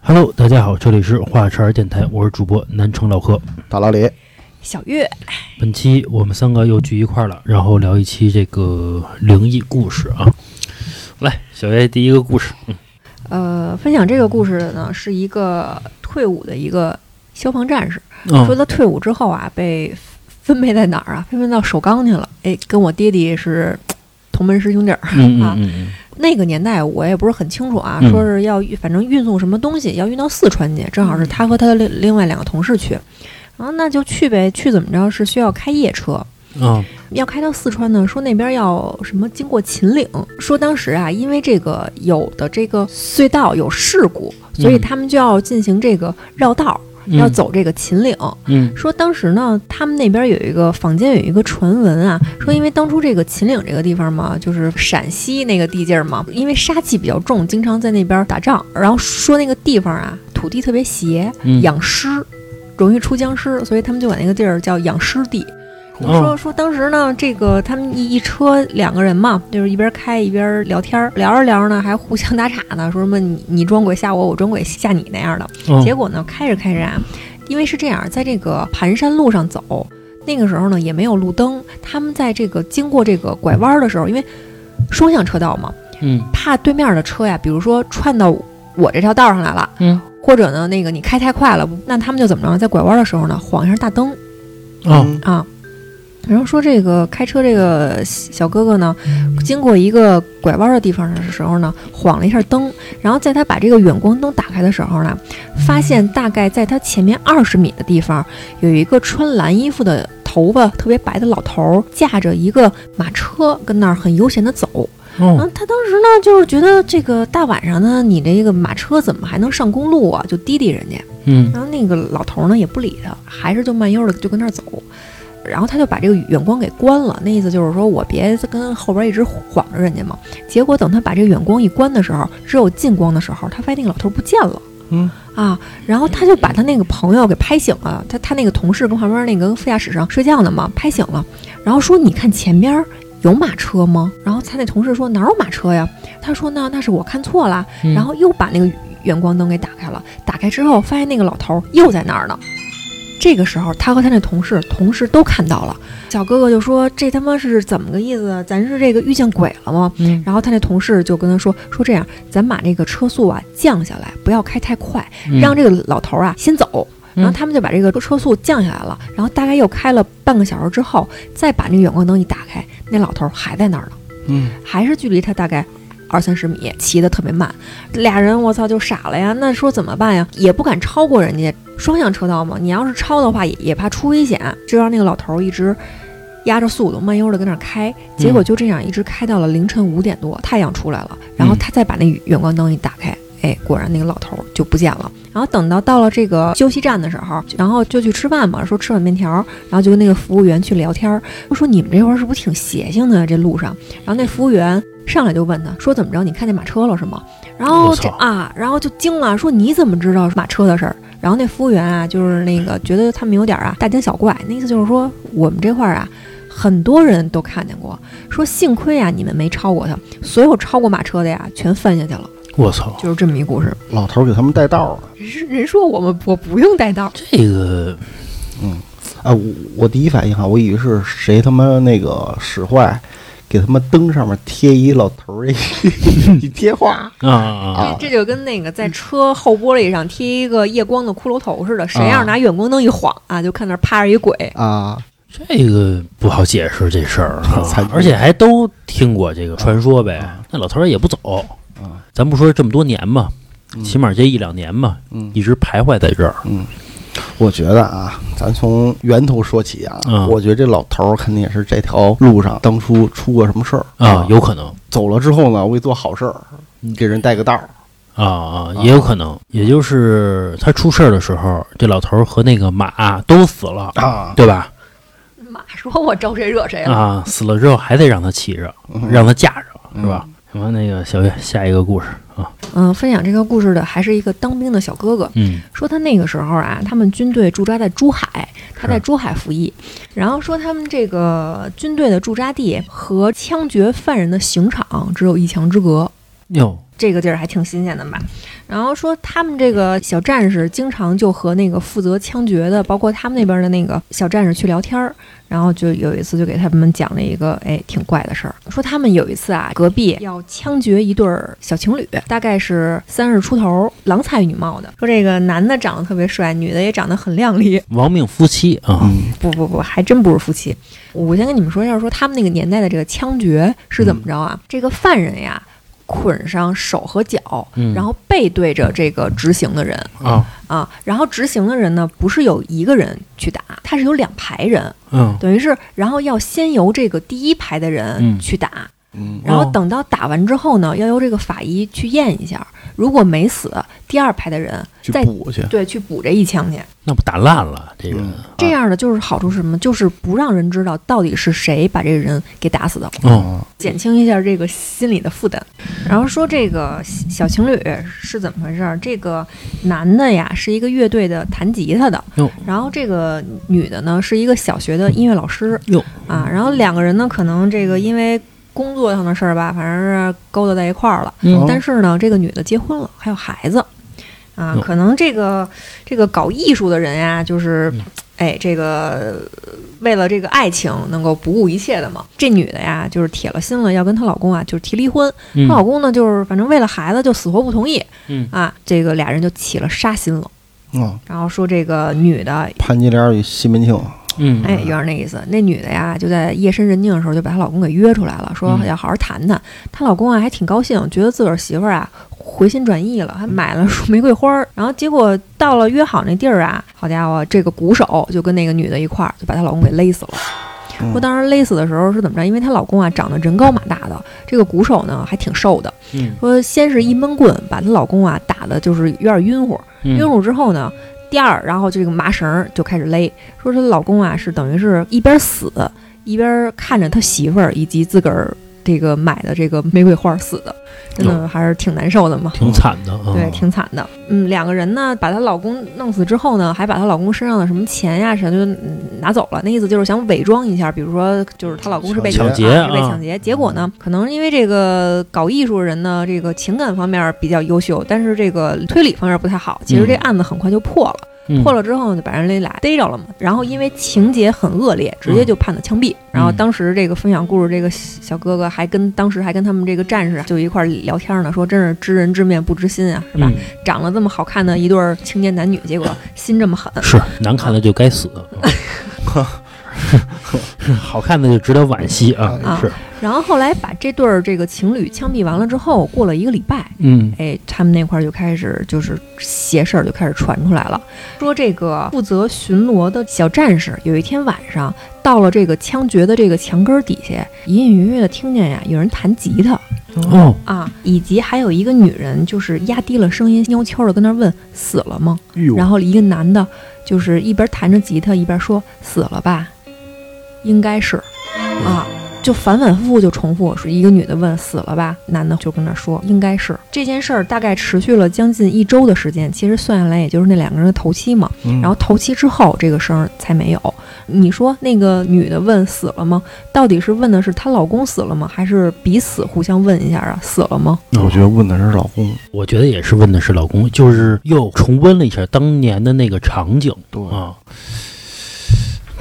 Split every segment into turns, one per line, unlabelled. Hello，大家好，这里是华晨儿电台，我是主播南城老何。
大老李，
小月，
本期我们三个又聚一块儿了，然后聊一期这个灵异故事啊。来，小月第一个故事，
呃，分享这个故事的呢是一个退伍的一个消防战士，说
嗯，
他退伍之后啊，被分配在哪儿啊？分配到首钢去了。哎，跟我爹爹是同门师兄弟儿。
嗯
啊
嗯嗯
那个年代我也不是很清楚啊，
嗯
说是要运反正运送什么东西要运到四川去，正好是他和他的另另外两个同事去，然后那就去呗，去怎么着是需要开夜车，
嗯，啊，
要开到四川呢，说那边要什么经过秦岭，说当时啊，因为这个有的这个隧道有事故，所以
嗯
他们就要进行这个绕道，
嗯
要，走这个秦岭。
嗯
说当时呢，他们那边有一个坊间有一个传闻啊，说因为当初这个秦岭这个地方嘛，就是陕西那个地界儿嘛，因为杀气比较重，经常在那边打仗，然后说那个地方啊，土地特别邪，
嗯，
养尸，容易出僵尸，所以他们就管那个地儿叫养尸地。说
哦
说当时呢，这个他们一一车两个人嘛，就是一边开一边聊天儿，聊着聊着呢，还互相打岔呢，说什么你你装鬼吓我，我装鬼吓你那样的。
哦
结果呢，开着开着啊，因为是这样，在这个盘山路上走，那个时候呢也没有路灯，他们在这个经过这个拐弯的时候，因为双向车道嘛，
嗯
怕对面的车呀，比如说串到我这条道上来了，
嗯，
或者呢那个你开太快了，那他们就怎么着，在拐弯的时候呢晃一下大灯。
哦，
啊。然后说这个开车这个小哥哥呢，经过一个拐弯的地方的时候呢，晃了一下灯，然后在他把这个远光灯打开的时候呢，发现大概在他前面二十米的地方，有一个穿蓝衣服的头发特别白的老头儿，驾着一个马车跟那儿很悠闲的走。
哦，
嗯，他当时呢就是觉得这个大晚上呢，你这个马车怎么还能上公路啊？就滴滴人家。
嗯
然后那个老头儿呢也不理他，还是就慢悠的就跟那儿走。然后他就把这个远光给关了，那意思就是说我别跟后边一直晃着人家嘛。结果等他把这个远光一关的时候，只有近光的时候，他发现那个老头儿不见了。
嗯
啊，然后他就把他那个朋友给拍醒了，他他那个同事跟旁边那个副驾驶上睡觉呢嘛，拍醒了，然后说你看前边儿有马车吗？然后他那同事说哪有马车呀？他说那那是我看错了，
嗯
然后又把那个远光灯给打开了，打开之后发现那个老头儿又在那儿呢。这个时候，他和他那同事同时都看到了，小哥哥就说：“这他妈是怎么个意思啊？咱是这个遇见鬼了吗？”
嗯
然后他那同事就跟他说：“说这样，咱把这个车速啊降下来，不要开太快，让这个老头儿啊先走。”
嗯
然后他们就把这个车速降下来了，然后大概又开了半个小时之后，再把那个远光灯一打开，那老头儿还在那儿呢。
嗯，
还是距离他大概二三十米，骑得特别慢。俩人我操就傻了呀，那说怎么办呀？也不敢超过人家，双向车道嘛，你要是超的话也也怕出危险，就让那个老头儿一直。压着速度，慢悠的跟那儿开，结果就这样一直开到了凌晨五点多，太阳出来了，然后他再把那远光灯一打开，哎，果然那个老头儿就不见了。然后等到到了这个休息站的时候，然后就去吃饭嘛，说吃碗面条儿，然后就跟那个服务员去聊天儿，就说你们这块儿是不是挺邪性的呀？这路上，然后那服务员上来就问他说怎么着，你看见马车了是吗？然后
我
这
操
啊，然后就惊了，说你怎么知道马车的事儿？然后那服务员啊，就是那个觉得他们有点儿啊大惊小怪，那意思就是说我们这块儿啊，很多人都看见过，说幸亏啊你们没超过他，所有超过马车的呀全翻下去了，
我操，
就是这么一故事。
老头儿啊给他们带道了。
人人说我们我不用带道，
这个
哎，我我第一反应哈，我以为是谁他妈那个使坏，给他妈灯上面贴一 老头儿一一贴画。
啊啊
啊
这这就跟那个在车后玻璃上贴一个夜光的骷髅头似的，谁
啊
要是拿远光灯一晃啊，就看那儿趴着一鬼。
啊，
这个不好解释这事儿啊
残酷
而且还都听过这个传说呗。
啊
那老头儿也不走，
啊
咱不说这么多年嘛，
嗯
起码这一两年嘛，
嗯，
一直徘徊在这儿。
我觉得啊，咱从源头说起啊，
嗯
我觉得这老头儿肯定也是这条路上当初出过什么事儿
啊，有可能
走了之后呢，为做好事儿，给人带个道儿。
啊啊，也有可能，也就是他出事儿的时候，这老头儿和那个马都死了，
啊，
对吧？
马说我招谁惹谁了？
啊，死了之后还得让他骑着，
嗯
让他驾着，是吧？什么那个小月下一个故事啊，
嗯，分享这个故事的还是一个当兵的小哥哥，
嗯
说他那个时候啊，他们军队驻扎在珠海，他
是
在珠海服役，然后说他们这个军队的驻扎地和枪决犯人的刑场只有一墙之隔。
哟，
这个地儿还挺新鲜的吧？然后说他们这个小战士经常就和那个负责枪决的，包括他们那边的那个小战士去聊天儿。然后就有一次就给他们讲了一个哎挺怪的事儿，说他们有一次啊隔壁要枪决一对儿小情侣，大概是三十出头，郎才女貌的。说这个男的长得特别帅，女的也长得很靓丽，
亡命夫妻啊，
嗯，
不不不，还真不是夫妻。我先跟你们说一下，说他们那个年代的这个枪决是怎么着啊？这个犯人呀，捆上手和脚，
嗯
然后背对着这个执行的人
啊，
啊，然后执行的人呢，不是有一个人去打，他是有两排人，
嗯，
等于是，然后要先由这个第一排的人
嗯
去打，
嗯
然后
哦
等到打完之后呢，要由这个法医去验一下，如果没死，第二排的人
去
再
补去，
对去补这一枪去。
那不打烂了这个
嗯，
这样的就是好处是什么？就是不让人知道到底是谁把这个人给打死的，
哦，
减轻一下这个心理的负担。然后说这个小情侣是怎么回事儿？这个男的呀是一个乐队的弹吉他的
哟，
然后这个女的呢是一个小学的音乐老师
哟
啊。然后两个人呢可能这个因为工作上的事儿吧，反正是勾搭在一块儿了。
嗯
哦
但是呢，这个女的结婚了，还有孩子，啊
哟，
可能这个这个搞艺术的人呀、就是，
嗯
哎，这个呃为了这个爱情能够不顾一切的嘛。这女的呀，就是铁了心了要跟她老公啊，就是提离婚。她、老
嗯
公呢，就是反正为了孩子就死活不同意
嗯
啊。这个俩人就起了杀心了，
嗯，
然后说这个女的。
潘金莲与西门庆，
嗯，
哎，有点那意思。那女的呀，就在夜深人静的时候，就把她老公给约出来了，说
嗯
要好好谈谈。她、老公啊，还挺高兴，觉得自个儿媳妇儿啊回心转意
嗯
了，还买了束玫瑰花儿。然后结果到了约好那地儿啊，好家伙，这个鼓手就跟那个女的一块儿，就把她老公给勒死了。
嗯
说当时勒死的时候是怎么着？因为她老公啊长得人高马大的，这个鼓手呢还挺瘦的。
嗯
说先是一闷棍把她老公啊打的就是有点晕乎，
嗯
晕入之后呢，第二，然后这个麻绳儿就开始勒，说她老公啊是等于是一边死一边看着他媳妇儿以及自个儿这个买的这个玫瑰花死的，真的还是挺难受的嘛。
挺惨的啊，
对，挺惨的。嗯，两个人呢，把她老公弄死之后呢，还把她老公身上的什么钱呀、啥就嗯拿走了。那意思就是想伪装一下，比如说就是她老公是被
抢劫
啊是被
啊
抢劫。结果呢，可能因为这个搞艺术人呢，这个情感方面比较优秀，但是这个推理方面不太好。其实这
嗯
案子很快就破了，
嗯
破了之后呢，就把人给俩逮着了嘛。然后因为情节很恶
嗯
劣，直接就判了枪毙。然后当时这个分享故事这个小哥哥还跟当时还跟他们这个战士啊就一块儿聊天呢，说真是知人知面不知心啊，是吧？
嗯
长了这么好看的一对儿青年男女，结果心这么狠。
是难看的就该 死，好看的就值得惋惜啊
啊，
是，
然后后来把这对儿这个情侣枪毙完了之后，过了一个礼拜，
嗯
哎，他们那块儿就开始就是邪事儿就开始传出来了，说这个负责巡逻的小战士有一天晚上到了这个枪决的这个墙根儿底下，隐隐约约的听见呀有人弹吉他
哦，
啊，以及还有一个女人就是压低了声音，悄悄的跟那儿问死了吗？
哎
哟
然后一个男的就是一边弹着吉他一边说死了吧，应该是啊。就反反复复就重复，是一个女的问死了吧，男的就跟那说应该是这件事儿，大概持续了将近一周的时间，其实算下来也就是那两个人的头七嘛。
嗯
然后头七之后这个声儿才没有。你说那个女的问死了吗？到底是问的是她老公死了吗，还是彼此互相问一下啊，死了吗？
哦
我觉得问的是老公，
我觉得也是问的是老公，就是又重温了一下当年的那个场景
对
啊，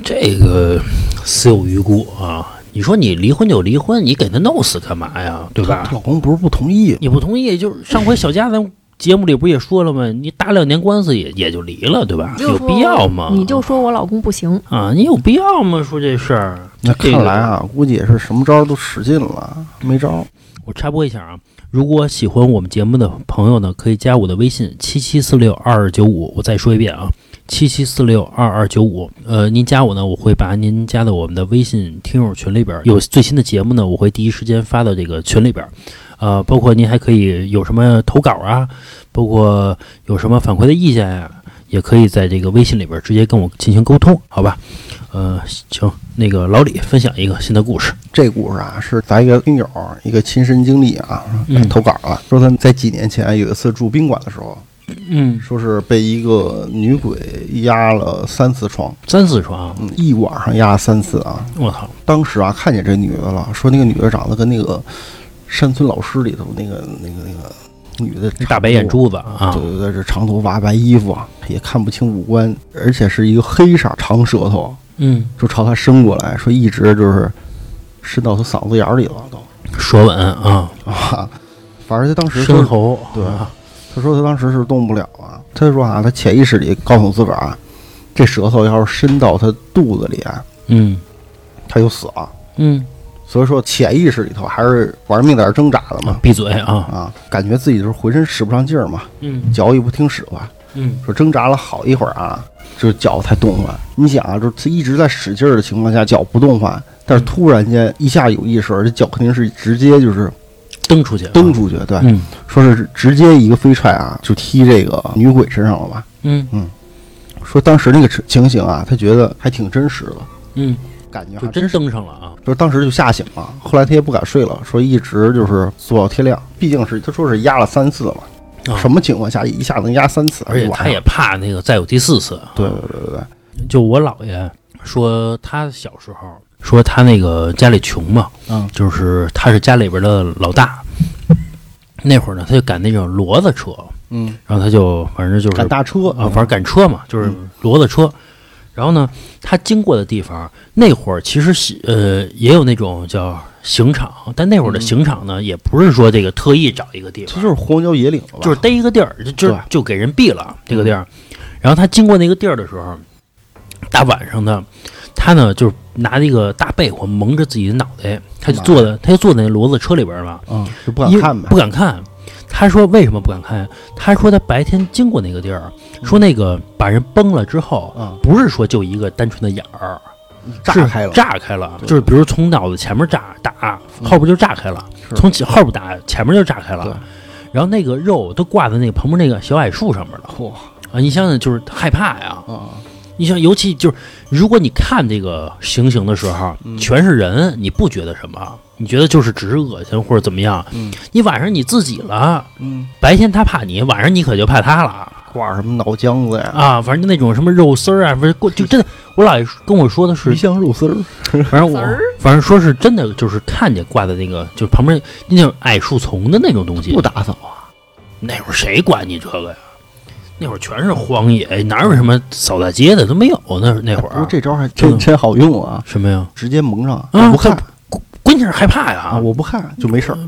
这个死有余辜啊。你说你离婚就离婚，你给他弄死干嘛呀？对吧
她？老公不是不同意吗，
你不同意，就是上回小佳咱节目里不也说了吗？你打两年官司也也就离了，对吧？
你就
有
说
必要吗？
你就说我老公不行，
啊，你有必要吗？说这事儿？
那
这个
看来啊，估计也是什么招儿都使尽了，没招儿。
我插播一下啊，如果喜欢我们节目的朋友呢，可以加我的微信七七四六二二九五。我再说一遍啊，七七四六二二九五。呃，您加我呢，我会把您加到我们的微信听友群里边儿，有最新的节目呢，我会第一时间发到这个群里边儿。呃，包括您还可以有什么投稿啊，包括有什么反馈的意见呀、也可以在这个微信里边儿直接跟我进行沟通，好吧？呃，行，那个老李分享一个新的故事。
这故事啊，是咱一个听友一个亲身经历啊，
嗯
投稿了，说他在几年前有一次住宾馆的时候，
嗯，
说是被一个女鬼压了三次床，
三四床，
嗯，一晚上压了三次啊。
我操！
当时啊，看见这女的了，说那个女的长得跟那个山村老师》里头那个那个那个女的
大白眼
长头
珠子啊
对，对对，这长头发白衣服，啊也看不清五官，而且是一个黑色长舌头，
嗯，
就朝他伸过来，说一直就是伸到他嗓子眼儿里了都
舌吻啊，
啊。反正他当时
深
说，
喉，
对，啊他说他当时是动不了啊。他就说啊，他潜意识里告诉自个儿啊，这舌头要是伸到他肚子里啊，
嗯
他就死了。
嗯，
所以说潜意识里头还是玩命在这挣扎的嘛
闭嘴啊，
啊，感觉自己就是浑身使不上劲儿嘛，
嗯
脚也不听使唤，
嗯
说挣扎了好一会儿啊，就是脚才动唤。你想啊，就是他一直在使劲儿的情况下，脚不动唤，但是突然间一下有意识，这脚肯定是直接就是
蹬出去，
蹬，出去，对，
嗯
说是直接一个飞踹啊，就踢这个女鬼身上了吧。
嗯
说当时那个情形啊，他觉得还挺真实的，
嗯，
感觉还
就真
是，
蹬上了啊，
就是当时就吓醒了。后来他也不敢睡了，说一直就是做到天亮。毕竟是他说是压了三次了嘛，
啊
什么情况下一下能压三次？
而且
晚上
他也怕那个再有第四次，
对对对对对，
就我姥爷说他小时候说他那个家里穷嘛，
嗯
就是他是家里边的老大。那会儿呢，他就赶那种骡子车，
嗯，
然后他就反正就是
赶大车
啊，反正赶车嘛，就是骡子车。然后呢，他经过的地方，那会儿其实喜呃也有那种叫刑场，但那会儿的刑场呢，也不是说这个特意找一个地
这
方，
就是荒郊野岭了吧？
就是逮一个地儿，就就
对
就给人毙了这个地儿。然后他经过那个地儿的时候，大晚上的，他呢就是拿那个大被窝蒙着自己的脑袋，他就
干嘛
坐在他就坐在那骡子车里边儿嘛，
嗯，就不
因
敢
为
看呗
不。敢看。他说为什么不敢看？他说他白天经过那个地儿，
嗯
说那个把人崩了之后，
啊，
不是说就一个单纯的眼儿，
炸
是
开了，
炸开了，
对
就是比如从脑子前面炸打，
嗯
后边就炸开了，
是
从前后边打，前面就炸开
对
了。然后那个肉都挂在那个旁边那个小矮树上面了
嚯
啊！你想想，就是害怕呀！
啊，
你想，尤其就是如果你看这个行刑的时候，
嗯
全是人，你不觉得什么？你觉得就是只是恶心或者怎么样？
嗯
你晚上你自己了，
嗯，
白天他怕你，晚上你可就怕他了
挂什么脑浆子呀，
啊！反正就那种什么肉丝儿啊，不是过就真的，我姥爷跟我说的是
鱼香肉丝儿，
反正
词
我
儿
反正说是真的，就是看见挂在那个就是旁边那种矮树丛的那种东西
不。打扫啊，
那会儿谁管你这个呀？那会儿全是荒野，哎哪有什么扫大街的都没有。那那会
不过
儿
啊这招还
嗯
真真好用啊，
什么呀？
直接蒙上，
啊
我不看
关键是害怕呀！
啊，我不看就没事儿，啊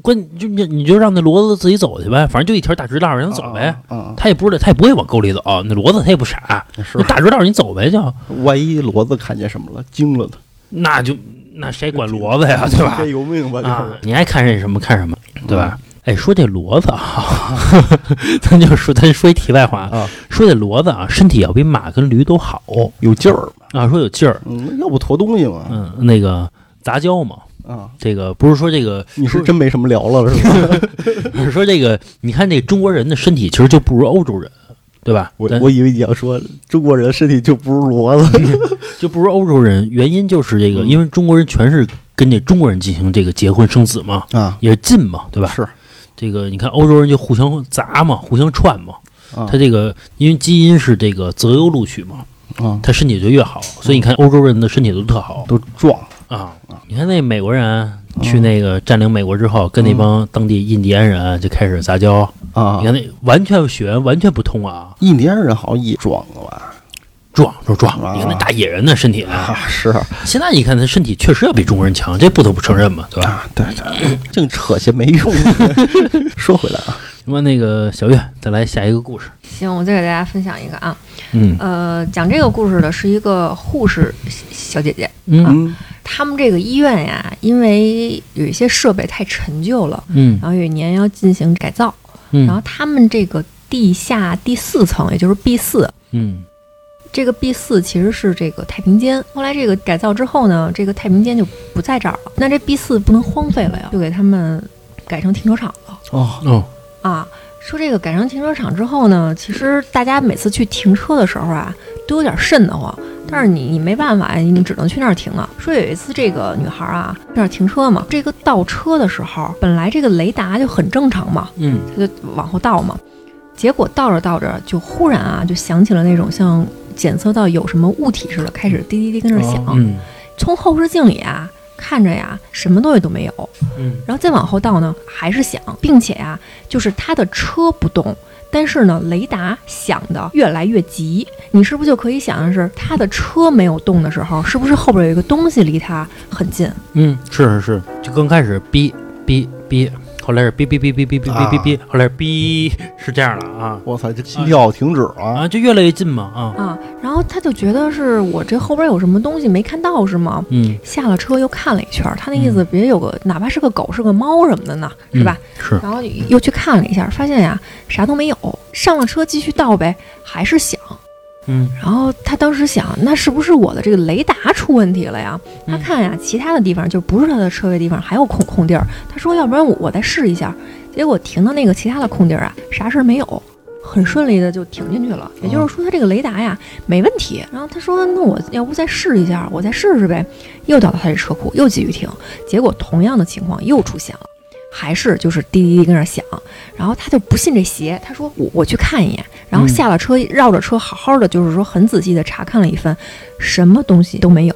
关就你你就让那骡子自己走去呗，反正就一条大直道让人
能
走呗。，
啊，
他也不是他也不会往沟里走，那骡子他也不傻，
啊是
那，大直道你走呗就，
万一骡子看见什么了，惊了他，
那就那谁管骡子呀，对吧
这？有命吧，
啊
这，
你爱看这什么看什么，对吧？
嗯
哎，说这骡子啊， 咱就说咱说一题外话
是，啊，哦
说这骡子啊，身体要比马跟驴都好
有劲儿，
啊，说有劲儿，
嗯，要不驮东西嘛，
嗯，那个杂交嘛，
啊，
这个不是说这个，
你是真没什么聊了是吧？
不是说这个，你看这中国人的身体其实就不如欧洲人，对吧？
我
咱
我以为你要说中国人身体就不如骡子，
就不如欧洲人，原因就是这个，
嗯
因为中国人全是跟这中国人进行这个结婚生子嘛，
啊，
也是近嘛，对吧？
是
这个你看欧洲人就互相砸嘛，互相串嘛。
啊
他这个因为基因是这个择优录取嘛，
啊，
他身体就越好，所以你看欧洲人的身体都特好
嗯都啊壮，
啊。你看那美国人去那个占领美国之后，跟那帮当地印第安人就开始杂交，
嗯啊
你看那完全血缘完全不通啊，
印第安人好像也壮了吧？
壮就壮
啊，
你看那大野人的身体，
啊，是啊，
现在你看他身体确实要比中国人强，这不得不承认嘛，对吧？
啊对对， 净扯些没用的。 说回来啊，
那么那个小月，再来下一个故事，
行，我再给大家分享一个啊，
嗯
呃，讲这个故事的是一个护士小姐姐，
嗯
嗯
他们这个医院呀，因为有一些设备太陈旧了，
嗯
然后有一年要进行改造，啊然后
嗯
他们这个地下第四层，也就是 B 四，
嗯
这个 B 四其实是这个太平间，后来这个改造之后呢，这个太平间就不在这儿了。那这 B 四不能荒废了呀，就给他们改成停车场了
哦，
哦
啊。说这个改成停车场之后呢，其实大家每次去停车的时候啊，都有点瘆得慌。但是你你没办法呀，你只能去那儿停啊。说有一次这个女孩啊，去那儿停车嘛，这个倒车的时候，本来这个雷达就很正常嘛，
嗯
他就往后倒嘛。结果倒着倒着，就忽然啊，就响起了那种像检测到有什么物体似的，开始滴滴滴跟那儿响。
嗯
从后视镜里啊，看着呀，什么东西都没有。
嗯
然后再往后倒呢，还是响，并且呀、就是他的车不动，但是呢，雷达响的越来越急。你是不是就可以想的是，他的车没有动的时候，是不是后边有一个东西离他很近？
嗯，是是是，就刚开始哔哔哔，后来是哔哔哔哔哔哔哔哔哔，后来是哔是这样的啊
我操，这要停止了，
啊，就越来越近嘛啊，
啊，然后他就觉得是我这后边有什么东西没看到是吗？
嗯
下了车又看了一圈儿，他那意思别有个、哪怕是个狗是个猫什么的呢，是吧？
嗯是，
然后又去看了一下，发现呀啥都没有。上了车继续倒呗，还是响。
嗯
然后他当时想，那是不是我的这个雷达出问题了呀？他
嗯
看呀，其他的地方就不是他的车位地方还有空空地儿，他说要不然我我再试一下。结果停到那个其他的空地儿啊，啥事儿没有，很顺利的就停进去了。也
哦
就是说，他这个雷达呀没问题。然后他说，那我要不再试一下，我再试试呗。又到了他这车库，又继续停。结果同样的情况又出现了。还是就是滴滴滴跟那儿响，然后他就不信这邪，他说我我去看一眼，然后
嗯
下了车，绕着车好好的，就是说很仔细的查看了一番，什么东西都没有。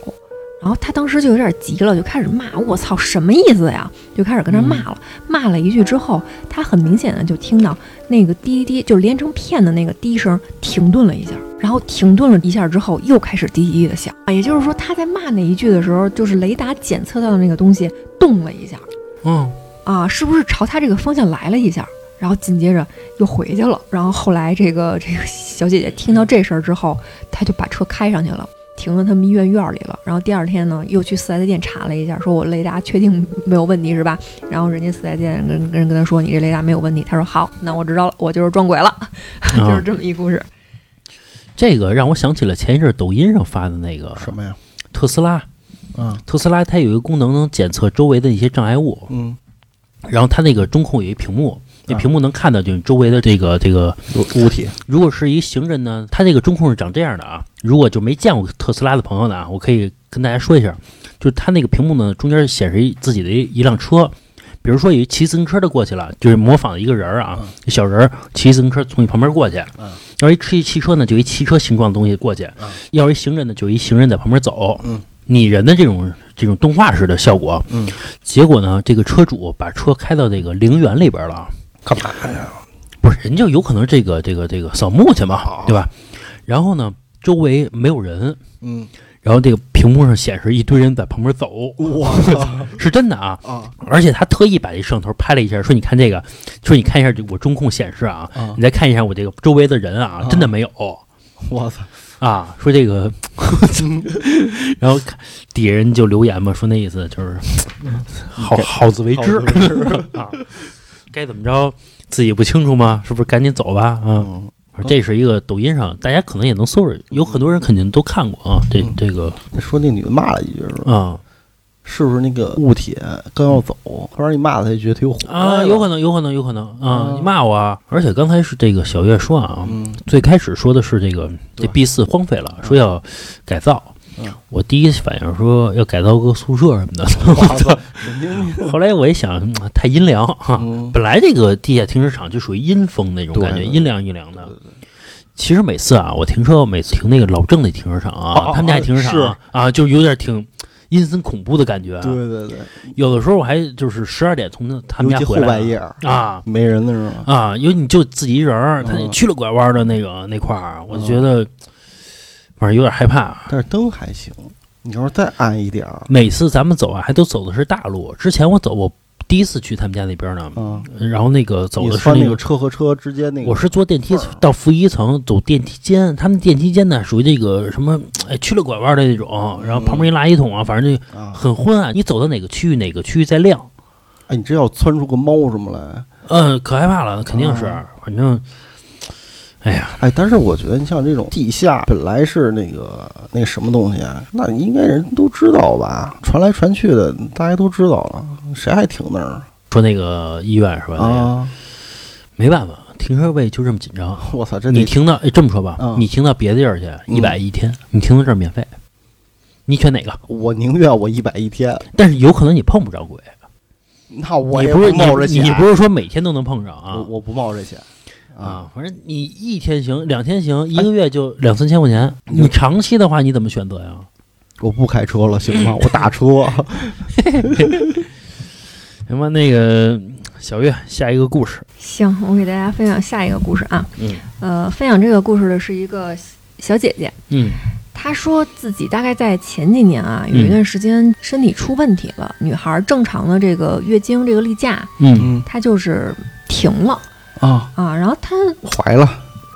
然后他当时就有点急了，就开始骂：“我操，什么意思呀？”就开始跟那儿骂了，骂了一句之后，他很明显的就听到那个滴滴滴，就连成片的那个滴声停顿了一下，然后停顿了一下之后，又开始滴滴滴的响。啊也就是说，他在骂那一句的时候，就是雷达检测到的那个东西动了一下，
嗯
啊，是不是朝他这个方向来了一下？然后紧接着又回去了。然后后来这个这个小姐姐听到这事儿之后，她就把车开上去了，停到他们医院院儿里了。然后第二天呢，又去四 S 店查了一下，说我雷达确定没有问题是吧？然后人家四 S 店跟跟人跟他说你这雷达没有问题，他说好，那我知道了，我就是撞鬼了，就是
啊，
这么一故事。
这个让我想起了前一阵抖音上发的那个
什么呀？
特斯拉，
嗯
特斯拉它有一个功能能检测周围的一些障碍物，
嗯，
然后它那个中控有一屏幕，那
啊
屏幕能看到就是周围的这个这个，
物体
如果是一行人呢，它这个中控是长这样的啊。如果就没见过特斯拉的朋友呢，啊，我可以跟大家说一下，就是它那个屏幕呢中间显示一自己的一一辆车，比如说有一骑自行车的过去了，就是模仿一个人儿啊，一小人儿骑自行车从你旁边过去，
嗯
要一汽汽车呢就一汽车形状的东西过去，
嗯
要一行人呢就一行人在旁边走，
嗯
拟人的这种这种动画式的效果，
嗯
结果呢这个车主把车开到这个陵园里边了啊。
干嘛呀？
不是，人家有可能这个这个这个扫墓去嘛，对吧？然后呢，周围没有人，
嗯，
然后这个屏幕上显示一堆人在旁边走，
我操
是真的啊！
啊
而且他特意把这摄像头拍了一下，说你看这个，说你看一下这我中控显示啊，
啊
你！再看一下我这个周围的人啊，
啊
真的没有
我操！
啊。说这 个，然后看底下人就留言嘛，说那意思 就是好好自为之 啊，该怎么着自己不清楚吗？是不是赶紧走吧啊？
嗯，
这是一个抖音上，大家可能也能搜着，有很多人肯定都看过啊。这
嗯
这个
他说那女的骂了一句是吧？
啊
是不是那个物体刚要走，后来你骂他，他就觉得他又活
啊，有可能，有可能，有可能啊！你骂我啊！而且刚才是这个小月说啊，
嗯
最开始说的是这个这
对
B 四荒废了，说要改造
嗯。
我第一反应说要改造个宿舍什么 的，
我操，神经病！
后来我一想嗯太阴凉哈，
嗯
本来这个地下停车场就属于阴风那种
对
感觉，
对
阴凉阴凉的。其实每次啊，我停车每次停那个老郑那停车场啊，
哦哦
他们家也停车场啊，啊就有点挺阴森恐怖的感觉。啊
对对对，
有的时候我还就是十二点从他们
尤
家
其后
回来
半夜
啊
没人的时候，
啊，因为你就自己一人儿，他那
嗯
去了拐弯的那个那块儿，啊我就觉得反正有点害怕。
但是灯还行。你要是再暗一点儿，
每次咱们走啊，还都走的是大路。之前我走，我第一次去他们家那边呢，
嗯，
然后那个走
你
的是
穿
那
那
个
个车和车之间那个，
我是坐电梯
缝儿啊
到负一层，走电梯间，他们电梯间呢属于这个什么哎曲了拐弯的那种，然后旁
嗯
边一垃圾桶啊，反正就
啊，
很昏暗。你走到哪个区域，哪个区域再亮，
哎，你这要窜出个猫什么来？
嗯，可害怕了，肯定是
啊，
反正，哎呀，
哎，但是我觉得你像这种地下本来是那个那什么东西啊，那应该人都知道吧？传来传去的，大家都知道了，谁还停那儿
说那个医院是吧？那个
啊？
没办法，停车位就这么紧张。
我操，这
你
得
停到哎，这么说吧，
嗯
你停到别的地儿去，一百一天，你停到这儿免费，你选哪个？
我宁愿我一百一天，
但是有可能你碰不着鬼，
那我
你
也
不是
冒这
你
险，
你不是说每天都能碰着啊？
我我不冒这险
啊，哎反正你嗯一天行，两天行，一个月就两三千块钱。你长期的话，你怎么选择呀？
我不开车了，行吗？我打车。
行吧，那个小月，下一个故事，
行，我给大家分享下一个故事啊。
嗯
呃，分享这个故事的是一个小姐姐，
嗯
她说自己大概在前几年啊，有
嗯
一段时间身体出问题了，女孩正常的这个月经这个例假，
嗯
嗯
她就是停了
啊，
啊。然后她
怀了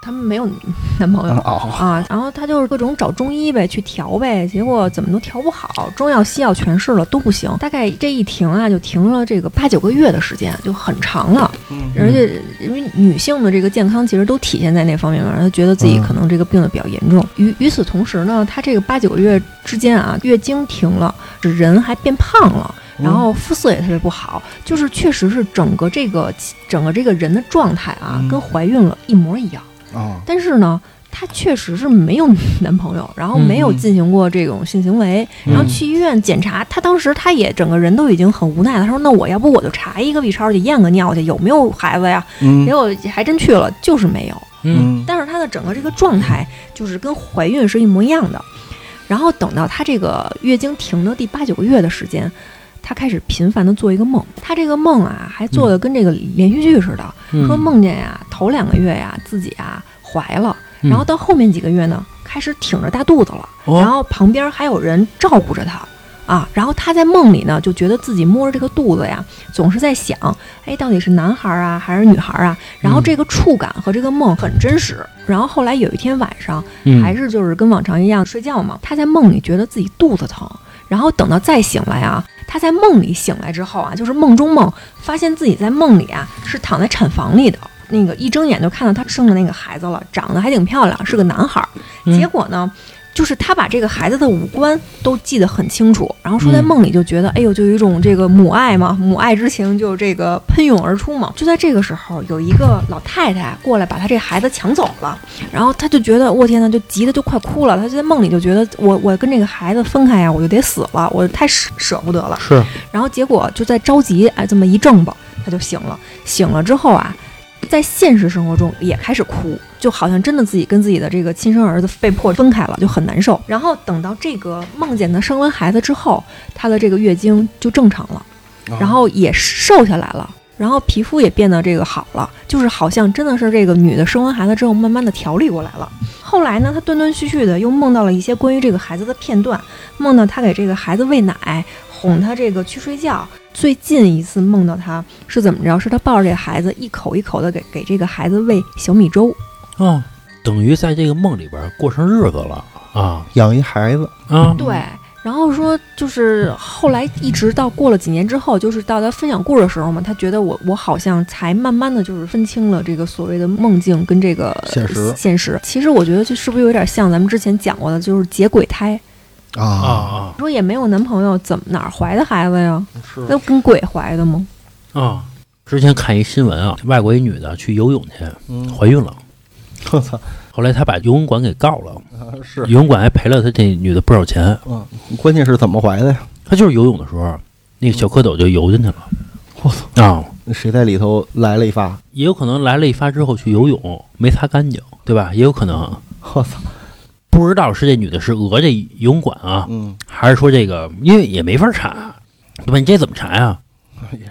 她们没有男朋友。
啊，
啊，然后她就是各种找中医呗，去调呗，结果怎么都调不好，中药西药全试了都不行，大概这一停啊，就停了这个八九个月的时间，就很长了。
嗯
而且因为女性的这个健康其实都体现在那方面嘛，她觉得自
嗯
己可能这个病的比较严重。与与此同时呢，她这个八九个月之间啊，月经停了，人还变胖了。
嗯
然后肤色也特别不好，就是确实是整个这个整个这个人的状态啊，
嗯
跟怀孕了一模一样。
啊，
但是呢，她确实是没有 男朋友，然后没有
嗯
进行过这种性行为，然后
嗯
去医院检查，她当时她也整个人都已经很无奈了，她说：“那我要不我就查一个 B 超去验个尿去，有没有孩子呀？”
嗯
结果还真去了，就是没有。
嗯
但是她的整个这个状态就是跟怀孕是一模一样的。然后等到她这个月经停的第八九个月的时间，她开始频繁的做一个梦。她这个梦啊，还做的跟这个连续剧似的，
嗯，
说梦见呀、头两个月呀、自己啊怀了，
嗯，
然后到后面几个月呢，开始挺着大肚子了，
哦
然后旁边还有人照顾着她。啊，然后她在梦里呢，就觉得自己摸着这个肚子呀，总是在想，哎，到底是男孩啊还是女孩啊？然
嗯
后这个触感和这个梦很真实。然后后来有一天晚上，
嗯
还是就是跟往常一样睡觉嘛，她在梦里觉得自己肚子疼，然后等到再醒来啊，她在梦里醒来之后啊，就是梦中梦，发现自己在梦里啊是躺在产房里的，那个一睁眼就看到她生的那个孩子了，长得还挺漂亮，是个男孩儿。
嗯
结果呢，就是她把这个孩子的五官都记得很清楚，然后说在
嗯
梦里就觉得，哎呦，就有一种这个母爱嘛，母爱之情就这个喷涌而出嘛。就在这个时候，有一个老太太过来把她这孩子抢走了，然后她就觉得，我天呐，就急得就快哭了。她就在梦里就觉得我，我跟这个孩子分开呀、我就得死了，我太舍舍不得了。
是
然后结果就在着急，哎，这么一挣吧，她就醒了。醒了之后啊，在现实生活中也开始哭，就好像真的自己跟自己的这个亲生儿子被迫分开了，就很难受。然后等到这个梦见她生完孩子之后，她的这个月经就正常了，
哦嗯
然后也瘦下来了。然后皮肤也变得这个好了，就是好像真的是这个女的生完孩子之后，慢慢的调理过来了。后来呢，她断断续续的又梦到了一些关于这个孩子的片段，梦到她给这个孩子喂奶，哄她这个去睡觉。最近一次梦到她是怎么着？是她抱着这个孩子一口一口的给给这个孩子喂小米粥。
哦，等于在这个梦里边过上日子了啊
养一孩子，
啊，
对，然后说就是后来一直到过了几年之后，就是到他分享故事的时候嘛，他觉得我我好像才慢慢的就是分清了这个所谓的梦境跟这个
现实
现实。其实我觉得这是不是有点像咱们之前讲过的，就是结鬼胎，
啊
啊，
啊
说也没有男朋友，怎么哪儿怀的孩子呀？
是
那跟鬼怀的吗？
啊！之前看一新闻啊，外国一女的去游泳去，
嗯
怀孕了，
我操，
后来她把游泳馆给告了，
啊是
游泳馆还赔了她这女的不少钱。
嗯，关键是怎么怀的呀？
她就是游泳的时候，那个小蝌蚪就游进去了。
我操，
啊，
谁在里头来了一发？
也有可能来了一发之后去游泳没擦干净，对吧？也有可能
我操，
不知道是这女的是讹这游泳馆啊，
嗯，
还是说这个因为也没法查，对吧？你这怎么查呀、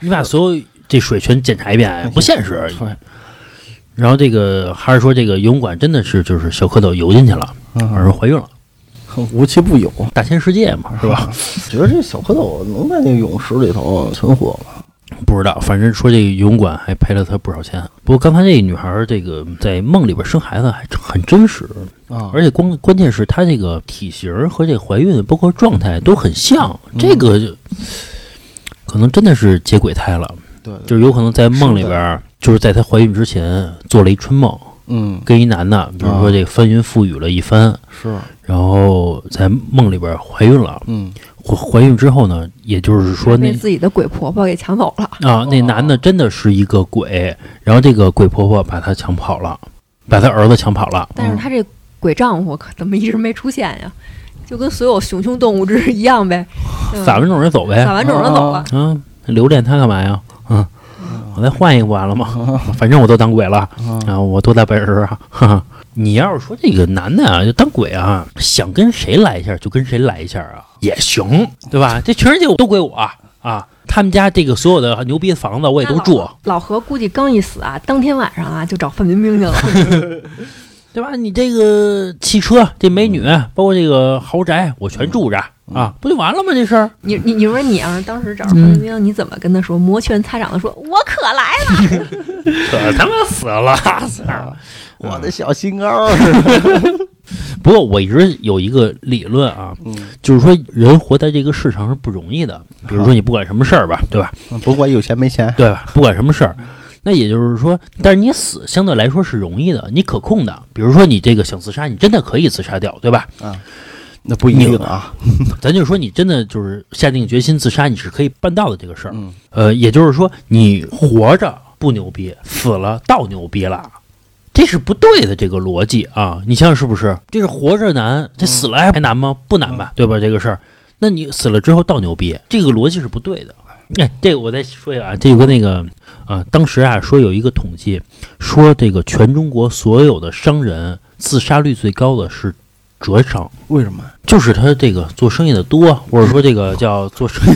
你把所有这水全检查一遍呀，不现实。
对，
然后这个还是说这个游泳馆真的是就是小蝌蚪游进去了，而是
嗯，
怀孕了，
无奇不有，
大千世界嘛，是 吧？
觉得这小蝌蚪能在那泳池里头存活吗？
不知道，反正说这个游泳馆还赔了她不少钱。不过刚才这女孩儿这个在梦里边生孩子还很真实，
啊
而且关关键是她这个体型儿和这怀孕包括状态都很像，
嗯
这个就可能真的是接轨胎了，
对，
就是是有可能在梦里
是的
边儿，就是在她怀孕之前做了一春梦，
嗯
跟一男的，比如
啊
说这个翻云覆雨了一番，
是
然后在梦里边怀孕了，
嗯
怀怀孕之后呢，也就是说那
被自己的鬼婆婆给抢走了。
啊那
哦
男的真的是一个鬼，然后这个鬼婆婆把她抢跑了，把她儿子抢跑了，
嗯
但是她这鬼丈夫可怎么一直没出现呀？就跟所有雄性动物之一 样呗，嗯
撒完种人走
撒
呗，
完种儿了走了。
啊，留恋他干嘛呀？嗯， 啊我再换一个不完了吗？反正我都当鬼了，啊，我多大本事啊！哈哈，你要是说这个男的啊，就当鬼啊，想跟谁来一下就跟谁来一下啊，也行，对吧？这全世界都归我啊啊！他们家这个所有的牛逼的房子我也都住，
老何估计刚一死啊，当天晚上啊就找范冰冰 去了。
对吧？你这个汽车、这美女，包括这个豪宅，我全住着啊，不就完了吗？这事儿，
你你你说你要、是当时找范冰冰，你怎么跟他说？摩拳擦掌的说：“我可来了。
可他妈死了！操！
我的小心肝儿。
不过我一直有一个理论啊，
嗯，
就是说人活在这个世上是不容易的。比如说你不管什么事儿吧，对吧？
甭管有钱没钱，
对吧？不管什么事儿，那也就是说，但是你死相对来说是容易的，你可控的。比如说你这个想自杀，你真的可以自杀掉，对吧？
那不一定啊。
咱就说你真的就是下定决心自杀，你是可以办到的这个事儿。
嗯，
呃，也就是说你活着不牛逼，死了倒牛逼了。这是不对的，这个逻辑啊，你想想是不是？这是活着难，这死了还难吗？不难吧，对吧？这个事儿，那你死了之后倒牛逼，这个逻辑是不对的。哎，这个我再说一个啊，这有个那个啊，当时啊说有一个统计，说这个全中国所有的商人自杀率最高的是浙商，
为什么？
就是他这个做生意的多，或者说这个叫做生 意。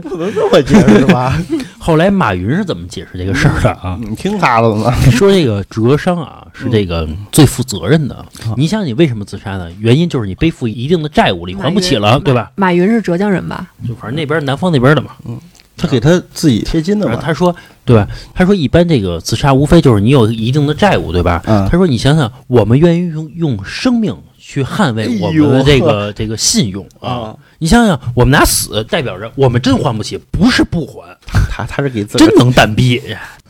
不能这么解释吧？
后来马云是怎么解释这个事儿的啊？
你听他的呢？
说这个折商啊，是这个最负责任的。
嗯
你想，你为什么自杀呢？原因就是你背负一定的债务了，你还不起
嗯
了，对吧？”
马云是浙江人吧？
就反正那边南方那边的嘛。
他给他自己贴金的
然后
吧？
他说，对吧？他说一般这个自杀无非就是你有一定的债务，对吧？
嗯
他说你想想，我们愿意用用生命去捍卫我们的
哎呦
这个这个信用啊
啊。
你想想，我们拿死代表着我们真还不起，不是不还，
他他是给自个
真
儿
能蛋逼。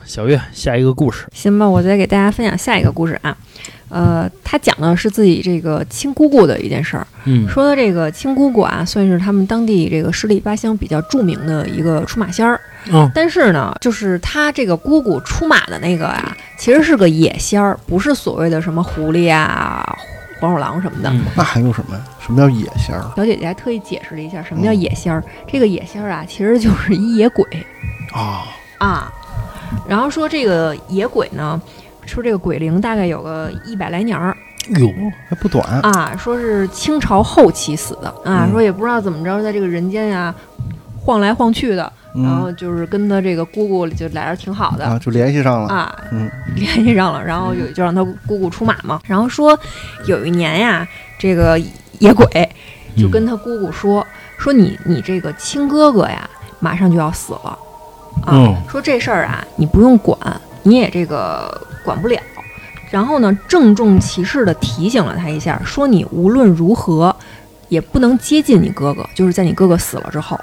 小月，下一个故事。
行吧，我再给大家分享下一个故事啊。呃，他讲的是自己这个亲姑姑的一件事儿。
嗯
说的这个亲姑姑啊，算是他们当地这个十里八乡比较著名的一个出马仙儿。
嗯
但是呢，就是他这个姑姑出马的那个啊，其实是个野仙儿，不是所谓的什么狐狸啊、黄鼠狼什么的。
嗯
那还有什么呀？什么叫野仙儿？
小姐姐还特意解释了一下什么叫野仙儿，这个野仙儿啊，其实就是一野鬼
啊，
啊。然后说这个野鬼呢，说这个鬼龄大概有个一百来年儿，
哟，
还不短。
啊，说是清朝后期死的啊，
嗯
说也不知道怎么着，在这个人间呀、晃来晃去的，然后
嗯
就是跟他这个姑姑就俩人挺好的。
啊，就联系上了。
啊，
嗯
联系上了，然后有就让他姑姑出马嘛。然后说有一年呀，这个野鬼
嗯
就跟他姑姑说、说你你这个亲哥哥呀，马上就要死了啊，
嗯
说这事儿啊你不用管，你也这个管不了。然后呢，郑重其事地提醒了他一下，说你无论如何也不能接近你哥哥，就是在你哥哥死了之后。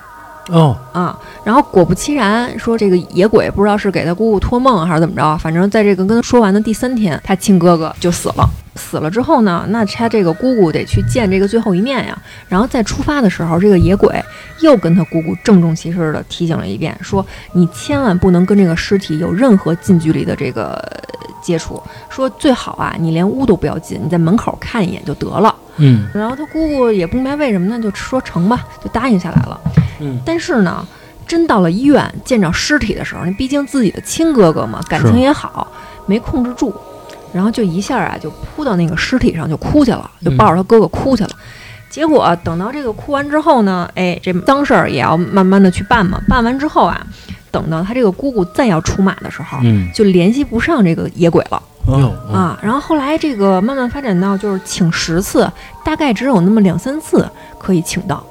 哦，
啊，然后果不其然，说这个野鬼不知道是给他姑姑托梦啊还是怎么着，反正在这个跟他说完的第三天，他亲哥哥就死了。死了之后呢，那他这个姑姑得去见这个最后一面呀。然后在出发的时候，这个野鬼又跟他姑姑郑重其事的提醒了一遍，说你千万不能跟这个尸体有任何近距离的这个呃接触，说最好啊，你连屋都不要进，你在门口看一眼就得了。
嗯
然后他姑姑也不明白为什么呢，就说成吧，就答应下来了。
嗯，
但是呢，真到了医院见着尸体的时候，那毕竟自己的亲哥哥嘛，感情也好，没控制住，然后就一下啊就扑到那个尸体上就哭去了，就抱着他哥哥哭去了。
嗯
结果啊等到这个哭完之后呢，哎，这脏事儿也要慢慢的去办嘛。办完之后啊，等到他这个姑姑再要出马的时候，
嗯，
就联系不上这个野鬼了。
哟，
啊，然后后来这个慢慢发展到就是请十次，大概只有那么两三次可以请到。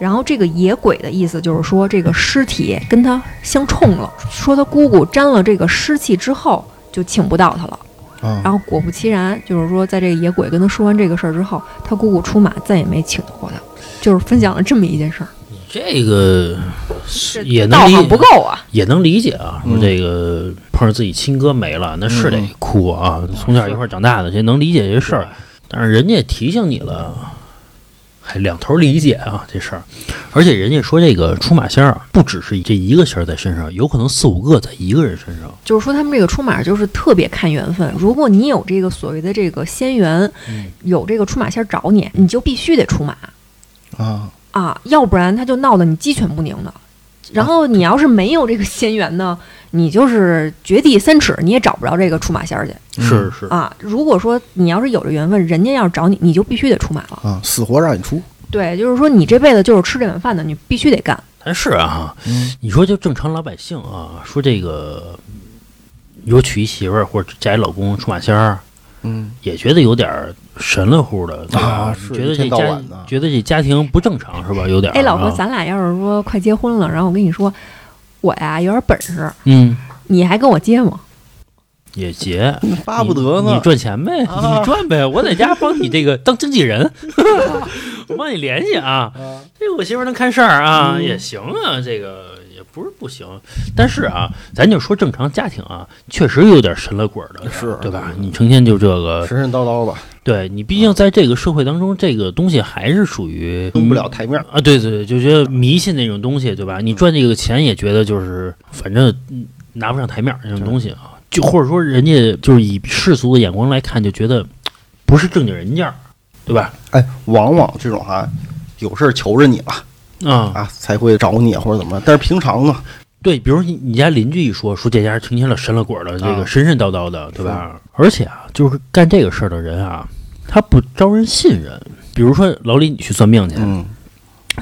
然后这个野鬼的意思就是说，这个尸体跟他相冲了，说他姑姑沾了这个湿气之后就请不到他了。
啊
然后果不其然，就是说在这个野鬼跟他说完这个事儿之后，他姑姑出马再也没请到过他，就是分享了这么一件事儿，
这个
这
是也
道
能
行
理
不够啊。
也能理解啊，说
嗯
这个碰上自己亲哥没了，那是得
嗯
哭啊，从小一块儿长大的，这能理解这事儿。但是人家提醒你了，还两头理解啊这事儿。而且人家说这个出马仙儿啊，不只是这一个仙儿在身上，有可能四五个在一个人身上。
就是说他们这个出马就是特别看缘分，如果你有这个所谓的这个仙缘，
嗯
有这个出马仙儿找你，你就必须得出马。
啊，
啊，要不然他就闹得你鸡犬不宁的。然后你要是没有这个仙缘呢，你就是掘地三尺，你也找不着这个出马仙儿去
是是，
啊。如果说你要是有这缘分，人家要是找你，你就必须得出马了。
啊，死活让你出，
对，就是说你这辈子就是吃这碗饭的，你必须得干。
但是啊，
嗯
你说就正常老百姓啊，说这个有娶一媳妇儿或者嫁一老公出马仙儿，
嗯，
也觉得有点儿神了乎的，对吧
啊是
觉得
一天
这
到
家
晚的
觉得这家庭不正常是吧？有点儿
哎，老何，
啊
咱俩要是说快结婚了，然后我跟你说，我呀有点本事，
嗯，
你还跟我结吗？
也结，
巴不得
你
呢
你，赚钱呗，
啊
你赚呗，我在家帮你这个当经纪人， 我帮你联系啊。
啊
这我媳妇儿能看事儿啊，
嗯
也行啊，这个也不是不行，但是啊，咱就说正常家庭啊，确实有点神了鬼儿的，
是
对吧？你成天就这个，
神神叨叨吧，
对你毕竟在这个社会当中，这个东西还是属于
登不了台面儿，
啊，对对对，就觉得迷信那种东西，对吧？你赚这个钱也觉得就是反正嗯拿不上台面儿那种东西啊，就或者说人家就是以世俗的眼光来看，就觉得不是正经人家儿，对吧？
哎，往往这种啊，有事儿求着你了
啊，
啊，才会找你或者怎么，但是平常呢，
对，比如你你家邻居一说说这家成天了神了鬼儿了，这个
啊
神神叨叨的，对吧？而且啊，就是干这个事儿的人啊，他不招人信任。比如说老李，你去算命去，
嗯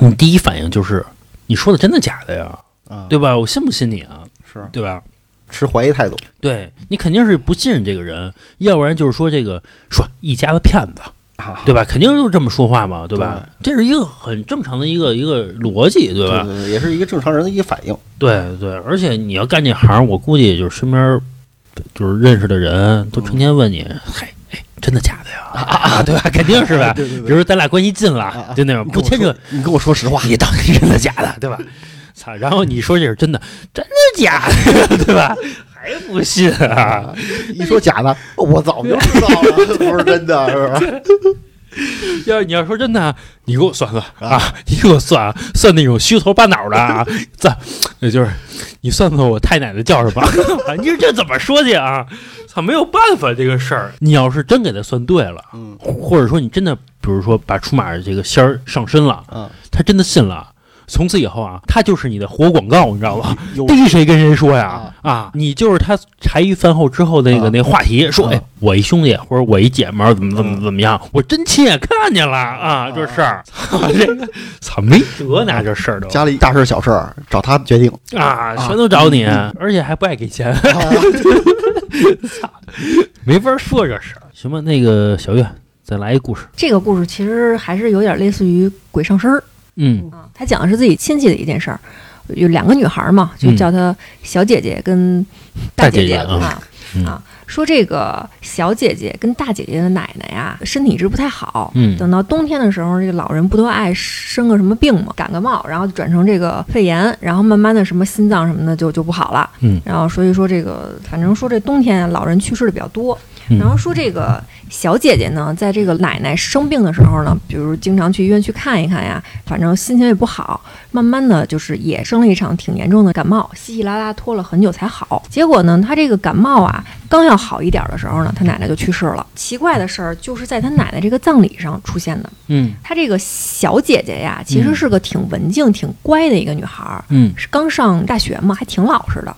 你第一反应就是你说的真的假的呀，
啊，
对吧？我信不信你啊？
是
对吧？
持怀疑态度，
对你肯定是不信任这个人，要不然就是说这个说一家子骗子，
啊，
对吧？肯定就是这么说话嘛，对吧？这是一个很正常的一个一个逻辑，对
对
吧？
对对，也是一个正常人的一个反应，
对对，而且你要干这行，我估计就是身边就是认识的人都成天问你，嗨，哎，真的假的呀？啊，对吧？ 肯定是呗。
对对
比如说咱俩关系近
啊
了
啊，
就那种不牵扯，
你跟我说实话，
你到底真的假的，对吧？操，然后你说这是真的，真的假的， 对吧？还不信啊？
一说假的，哦我早就知道了，不是真的，是吧？
要是你要说真的，啊你给我算算啊， 你给我算啊，算那种虚头巴脑的啊， 算，也就是你算算我太奶奶叫什么？ 哎你说这怎么说去啊？操，没有办法这个事儿。你要是真给他算对了，
嗯
或者说你真的，比如说把出马这个仙儿上身了，
啊，
他真的信了。从此以后啊，他就是你的活广告，你知道吗？
有
逮谁跟谁说呀？啊，你就是他茶余饭后之后的那个
啊
那个话题，说
啊
哎，我一兄弟或者我一姐们儿怎么怎么怎么样，我真亲眼看见了嗯啊，这事儿， 操这个操没辙呢，这事儿都
家里大事小事儿找他 决定，啊
啊，全都找你，而且还不爱给钱，操， 没法说这事儿。行吧，那个小月，再来一故事。
这个故事其实还是有点类似于鬼上身儿
嗯
啊。他讲的是自己亲戚的一件事儿，有两个女孩儿嘛，就
嗯
叫她小姐姐跟大
大
姐
姐姐啊
啊
嗯
啊。说这个小姐姐跟大姐姐的奶奶呀，身体一直不太好。
嗯
等到冬天的时候，这个老人不都爱生个什么病嘛，感个冒，然后就转成这个肺炎，然后慢慢的什么心脏什么的就就不好了。
嗯
然后所以说这个，反正说这冬天老人去世的比较多。
嗯
然后说这个小姐姐呢，在这个奶奶生病的时候呢，比如经常去医院去看一看呀，反正心情也不好，慢慢的就是也生了一场挺严重的感冒，稀稀拉拉拖了很久才好。结果呢，她这个感冒啊，刚要好一点的时候呢，她奶奶就去世了。奇怪的事儿就是在她奶奶这个葬礼上出现的。
嗯
她这个小姐姐呀，其实是个挺文静、挺乖的一个女孩儿，
嗯
是刚上大学嘛，还挺老实的。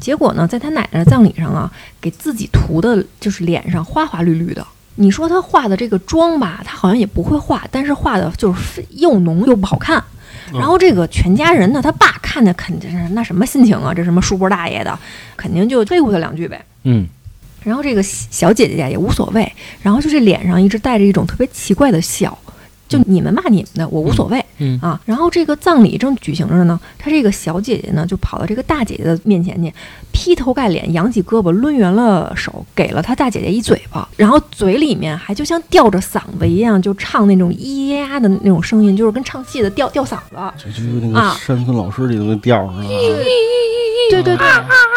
结果呢，在他奶奶的葬礼上啊，给自己涂的就是脸上花花绿绿的。你说他化的这个妆吧，他好像也不会化，但是化的就是非又浓又不好看。
嗯
然后这个全家人呢，他爸看着肯定是那什么心情啊，这什么叔伯大爷的，肯定就对付他两句呗。
嗯
然后这个小姐姐呀也无所谓，然后就这脸上一直带着一种特别奇怪的笑，就你们骂你们的，我无所谓，
嗯
啊。然后这个葬礼正举行着呢，她这个小姐姐呢就跑到这个大姐姐的面前去，劈头盖脸，扬起胳膊，抡圆了手，给了她大姐姐一嘴巴，然后嘴里面还就像吊着嗓子一样，就唱那种咿呀呀的那种声音，就是跟唱戏的吊吊嗓子。
这就是那
啊
个山村老师里头那调儿啊是吧？
对对对，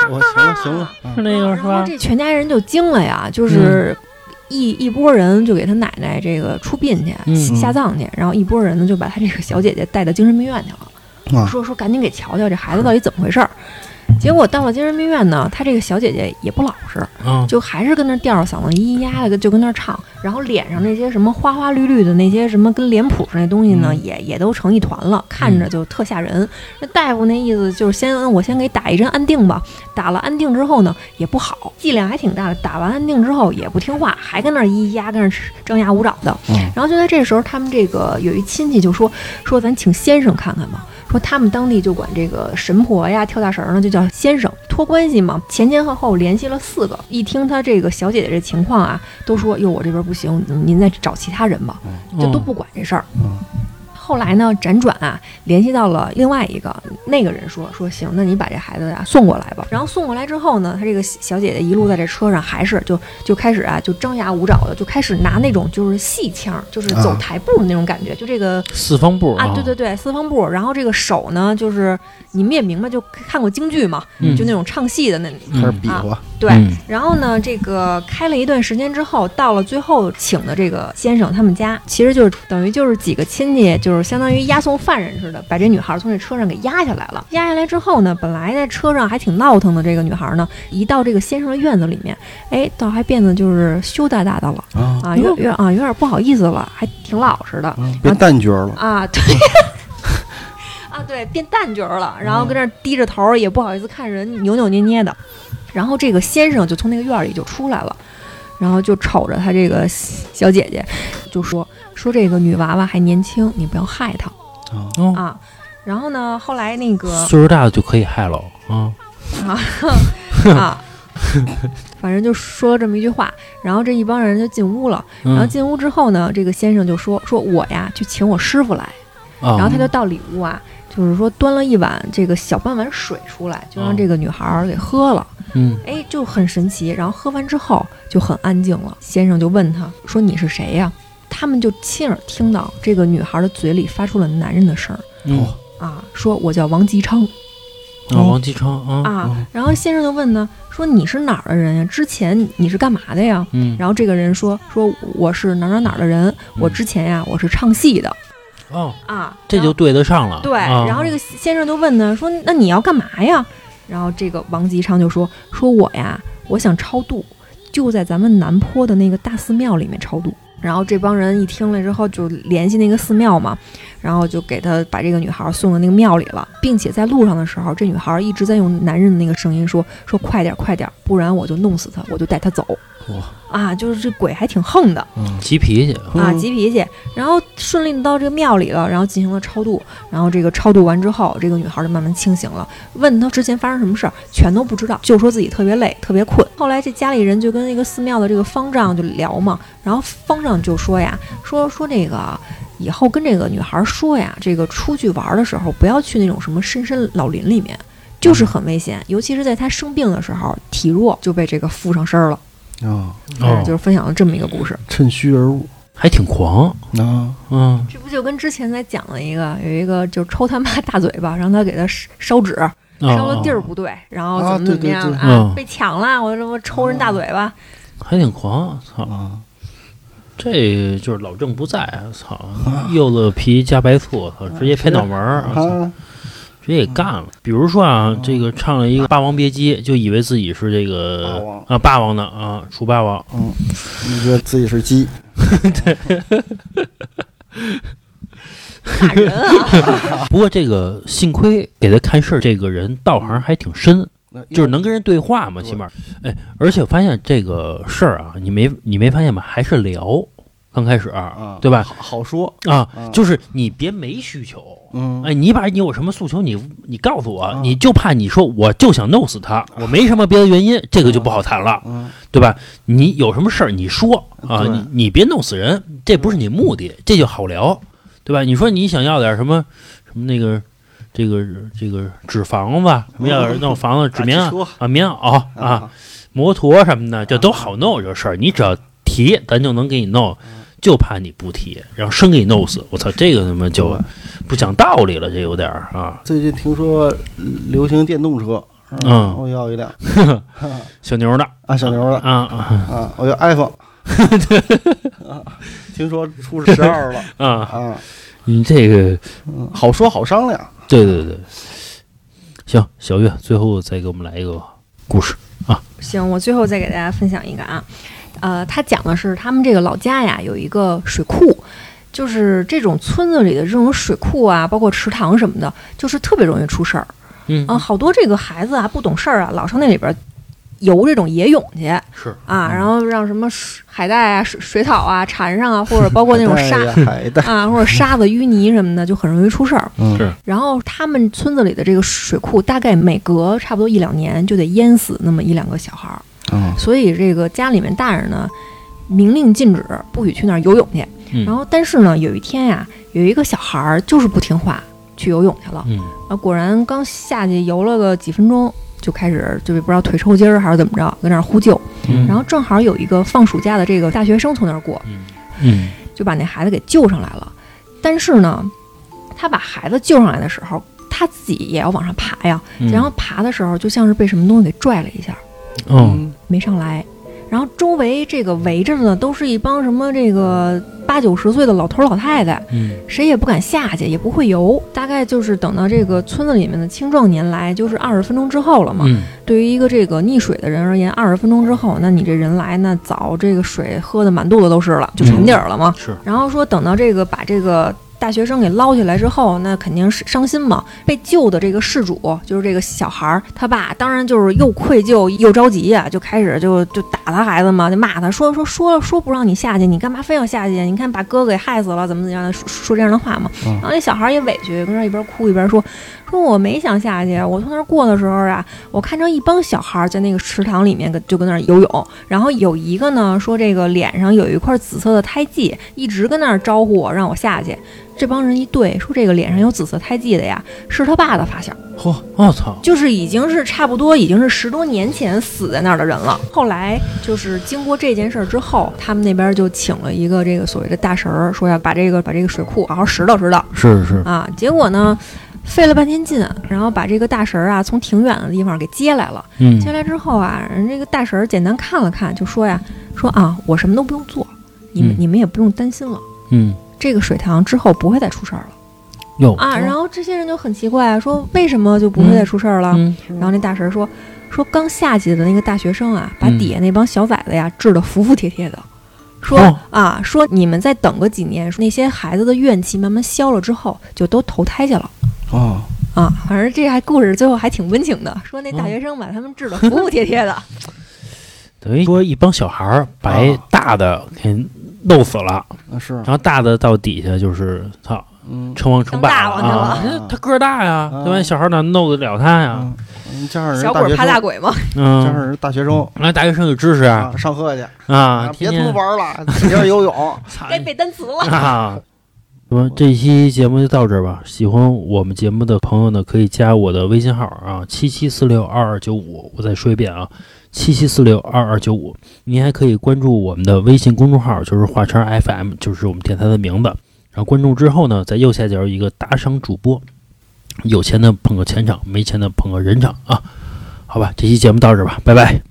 我行了行了，啊
是那个是
哦然后
吧？
这全家人就惊了呀，就是
嗯
一、一波人就给他奶奶这个出殡去、
嗯
下葬去，然后一波人呢就把他这个小姐姐带到精神病院去了。
啊
说说赶紧给瞧瞧这孩子到底怎么回事儿。结果到了精神病院呢，她这个小姐姐也不老实，
啊，
就还是跟那儿吊着嗓子咿咿呀的就跟那儿唱，然后脸上那些什么花花绿绿的那些什么跟脸谱似的那东西呢，
嗯
也也都成一团了，看着就特吓人。那大夫那意思就是先我先给打一针安定吧，打了安定之后呢也不好，剂量还挺大的，打完安定之后也不听话，还跟那儿咿咿呀跟那儿张牙舞爪的。
嗯
然后就在这时候，他们这个有一亲戚就说说咱请先生看看吧。说他们当地就管这个神婆呀、跳大神儿呢，就叫先生，托关系嘛。前前后后联系了四个，一听他这个小姐姐这情况啊，都说哟我这边不行，您再找其他人吧。
啊
就都不管这事儿。
嗯
后来呢，辗转啊，联系到了另外一个那个人说说行，那你把这孩子啊送过来吧。然后送过来之后呢，她这个小姐姐一路在这车上，还是就就开始啊，就张牙舞爪的，就开始拿那种就是戏腔，就是走
啊
台步的那种感觉，就这个
四方步
啊，对对对，四方步。然后这个手呢，就是你们也明白，就看过京剧嘛，
嗯
就那种唱戏的那
开始
嗯
比划，
对，
嗯
然后呢，这个开了一段时间之后，到了最后请的这个先生他们家，其实就是等于就是几个亲戚，就是相当于押送犯人似的，把这女孩从这车上给押下来了。押下来之后呢，本来在车上还挺闹腾的这个女孩呢，一到这个先生的院子里面，哎，倒还变得就是羞答答的了
啊，
啊，有有啊有点不好意思了，还挺老实的。
嗯别蛋角了，
啊，对。啊，对，变蛋角儿了，然后跟那儿低着头儿，也不好意思看人，扭扭捏捏的。然后这个先生就从那个院儿里就出来了，然后就瞅着他这个小姐姐，就说说这个女娃娃还年轻，你不要害她
啊
哦，
啊。然后呢，后来那 个
岁数大的就可以害了啊，
啊，反正就说了这么一句话，然后这一帮人就进屋了。然后
嗯
进屋之后呢，这个先生就说说我呀去请我师傅来。
啊，
然后他就到里屋啊，就是说端了一碗这个小半碗水出来，就让这
哦
个女孩儿给喝了。
嗯
哎，就很神奇。然后喝完之后就很安静了。先生就问他说：“你是谁呀、他们就亲耳听到这个女孩的嘴里发出了男人的声儿
嗯
哦
啊，说我叫王吉昌
啊，王继昌啊，
啊。
嗯
然后先生就问呢，说你是哪儿的人呀、之前你是干嘛的呀？
嗯，
然后这个人说说我是哪儿哪儿哪儿的人，我之前呀、我是唱戏的
哦，
啊。
这
然
就
后
对得上了，
对，
啊
然后这个先生就问呢，说那你要干嘛呀？然后这个王吉昌就说，说我呀，我想超度，就在咱们南坡的那个大寺庙里面超度。然后这帮人一听了之后，就联系那个寺庙嘛，然后就给他把这个女孩送到那个庙里了，并且在路上的时候，这女孩一直在用男人的那个声音说说快点快点，不然我就弄死她，我就带她走。
哇
啊，就是这鬼还挺横的。
嗯
急脾气，
啊，
嗯
急脾气，然后顺利的到这个庙里了，然后进行了超度，然后这个超度完之后，这个女孩就慢慢清醒了。问她之前发生什么事儿，全都不知道，就说自己特别累，特别困。后来这家里人就跟那个寺庙的这个方丈就聊嘛，然后方丈就说呀，说说这个。以后跟这个女孩说呀，这个出去玩的时候不要去那种什么深山老林里面，就是很危险，尤其是在她生病的时候，体弱就被这个附上身儿了。
啊，
哦
就是分享了这么一个故事。
趁虚而入
还挺狂，
啊，
嗯
这不就跟之前在讲的一个有一个就抽他妈大嘴巴，让他给他烧烧纸，烧的地儿
哦
不对，然后
啊
怎么怎么
对对
样
对哦
啊
嗯
被抢了，我这么抽人大嘴 巴，
还挺狂，操，
啊，
这就是老郑不在，操，柚子皮加白醋，操，直接拍脑门儿，操
啊，
直接给干了。比如说啊，这个唱了一个《霸王别姬》，就以为自己是这
霸
个
王
啊霸王呢啊，楚霸王，
嗯，你觉得自己是鸡，
吓人啊！
不过这个幸亏给他看事儿，这个人道行还挺深，
那
就是能跟人对话嘛，
对
起码。哎，而且我发现这个事儿啊，你没你没发现吗？还是聊，刚开始、
啊，
对吧？
好好说，
啊，
啊
就是你别没需求。
嗯，
哎，你把你有什么诉求，你你告诉我，
啊
你就怕你说我就想弄死他，我没什么别的原因，这个就不好谈了，
嗯，
对吧？你有什么事儿你说啊，
对嗯
你你别弄死人，这不是你目的，这就好聊，对吧？你说你想要点什么什么那个这个这个纸房子，
哦
什么要点那种房子，纸棉袄
打汽车
啊，棉袄啊，，摩托什么的，这都好弄这事儿，你只要提，咱就能给你弄。就怕你不提，然后生给你弄死。我操，这个他妈就不讲道理了，这有点儿啊。
最近听说流行电动车，是吧
嗯
我要一辆
小牛的
啊，小牛的
啊啊
啊，我要 iPhone，啊听说出十二了
啊！
啊，
你这个
好说好商量，
对对对，行，小月，最后再给我们来一个故事。
行，我最后再给大家分享一个啊，呃，他讲的是他们这个老家呀有一个水库，就是这种村子里的这种水库啊，包括池塘什么的，就是特别容易出事儿
嗯
啊、好多这个孩子啊不懂事儿啊，老上那里边儿游这种野泳去
是
啊，
嗯
然后让什么水海带啊、水水草啊缠上啊，或者包括那种
海带
沙
呀海带，
啊或者沙子、淤泥什么的，就很容易出事儿。
嗯
是
然后他们村子里的这个水库，大概每隔差不多一两年就得淹死那么一两个小孩儿。
嗯
所以这个家里面大人呢，明令禁止不许去那儿游泳去。
嗯
然后，但是呢，有一天呀，有一个小孩儿就是不听话，去游泳去了。
嗯
啊，果然刚下去游了个几分钟，就开始就是不知道腿抽筋儿还是怎么着，跟那儿呼救。
嗯
然后正好有一个放暑假的这个大学生从那儿过，
嗯
就把那孩子给救上来了。但是呢，他把孩子救上来的时候，他自己也要往上爬呀。
嗯，
然后爬的时候，就像是被什么东西给拽了一下。
嗯
没上来。然后周围这个围着的呢，都是一帮什么这个八九十岁的老头儿老太太，
嗯
谁也不敢下去，也不会游。大概就是等到这个村子里面的青壮年来，就是二十分钟之后了嘛。
嗯
对于一个这个溺水的人而言，二十分钟之后，那你这人来，那早这个水喝的满肚子都是了，就沉底儿了嘛。
是
然后说等到这个把这个大学生给捞起来之后，那肯定是伤心嘛。被救的这个事主就是这个小孩儿他爸，当然就是又愧疚又着急呀、就开始就就打他孩子嘛，就骂他说说说说不让你下去，你干嘛非要下去？你看把哥给害死了，怎么怎么样的说说这样的话嘛。
嗯
然后那小孩儿也委屈，跟那儿一边哭一边说说我没想下去，我从那儿过的时候啊，我看着一帮小孩儿在那个池塘里面跟就跟那儿游泳，然后有一个呢说这个脸上有一块紫色的胎记，一直跟那儿招呼我让我下去。这帮人一对说这个脸上有紫色胎记的呀，是他爸的发小，
嚯，我操，
就是已经是差不多已经是十多年前死在那儿的人了。后来就是经过这件事儿之后，他们那边就请了一个这个所谓的大神儿，说要把这个把这个水库好好拾掇拾掇。
是是，
啊，结果呢，费了半天劲，啊然后把这个大神儿啊从挺远的地方给接来了。
嗯
接来之后啊，人这个大神儿简单看了看，就说呀，说啊，我什么都不用做，你们、
嗯
你们也不用担心了。
嗯
这个水塘之后不会再出事儿了
哟
啊！然后这些人就很奇怪，啊说为什么就不会再出事儿了？
嗯
然后那大神儿说，说刚下去的那个大学生啊，把
嗯
底下那帮小崽子呀治得服服帖帖的，说、
哦
啊，说你们再等个几年，那些孩子的怨气慢慢消了之后，就都投胎去了。
哦，
啊，反正这还故事最后还挺温情的，说那大学生把他们治得服服帖帖的，
等于说一帮小孩儿把
啊
大的给弄死了，
那啊是
然，后大的到底下就是操
嗯，
称王称霸了
当
大王去了
啊，他个儿大呀，
啊
对吧？小孩哪弄得了他呀？
嗯嗯加上人
小
大
鬼
学
怕
生，
大鬼嘛。
加
嗯
上，人大学生
然后大学生有知识啊，
啊，上课去，
啊
别
天
他
天
妈玩了， 别着游泳，
操
该背单词了。
啊。那么这期节目就到这儿吧。喜欢我们节目的朋友呢，可以加我的微信号啊，七七四六二二九五。我再说一遍啊，七七四六二二九五。您还可以关注我们的微信公众号，就是华晨 FM，就是我们电台的名字。然后关注之后呢，在右下角有一个打赏主播，有钱的捧个钱场，没钱的捧个人场啊。好吧，这期节目到这儿吧，拜拜。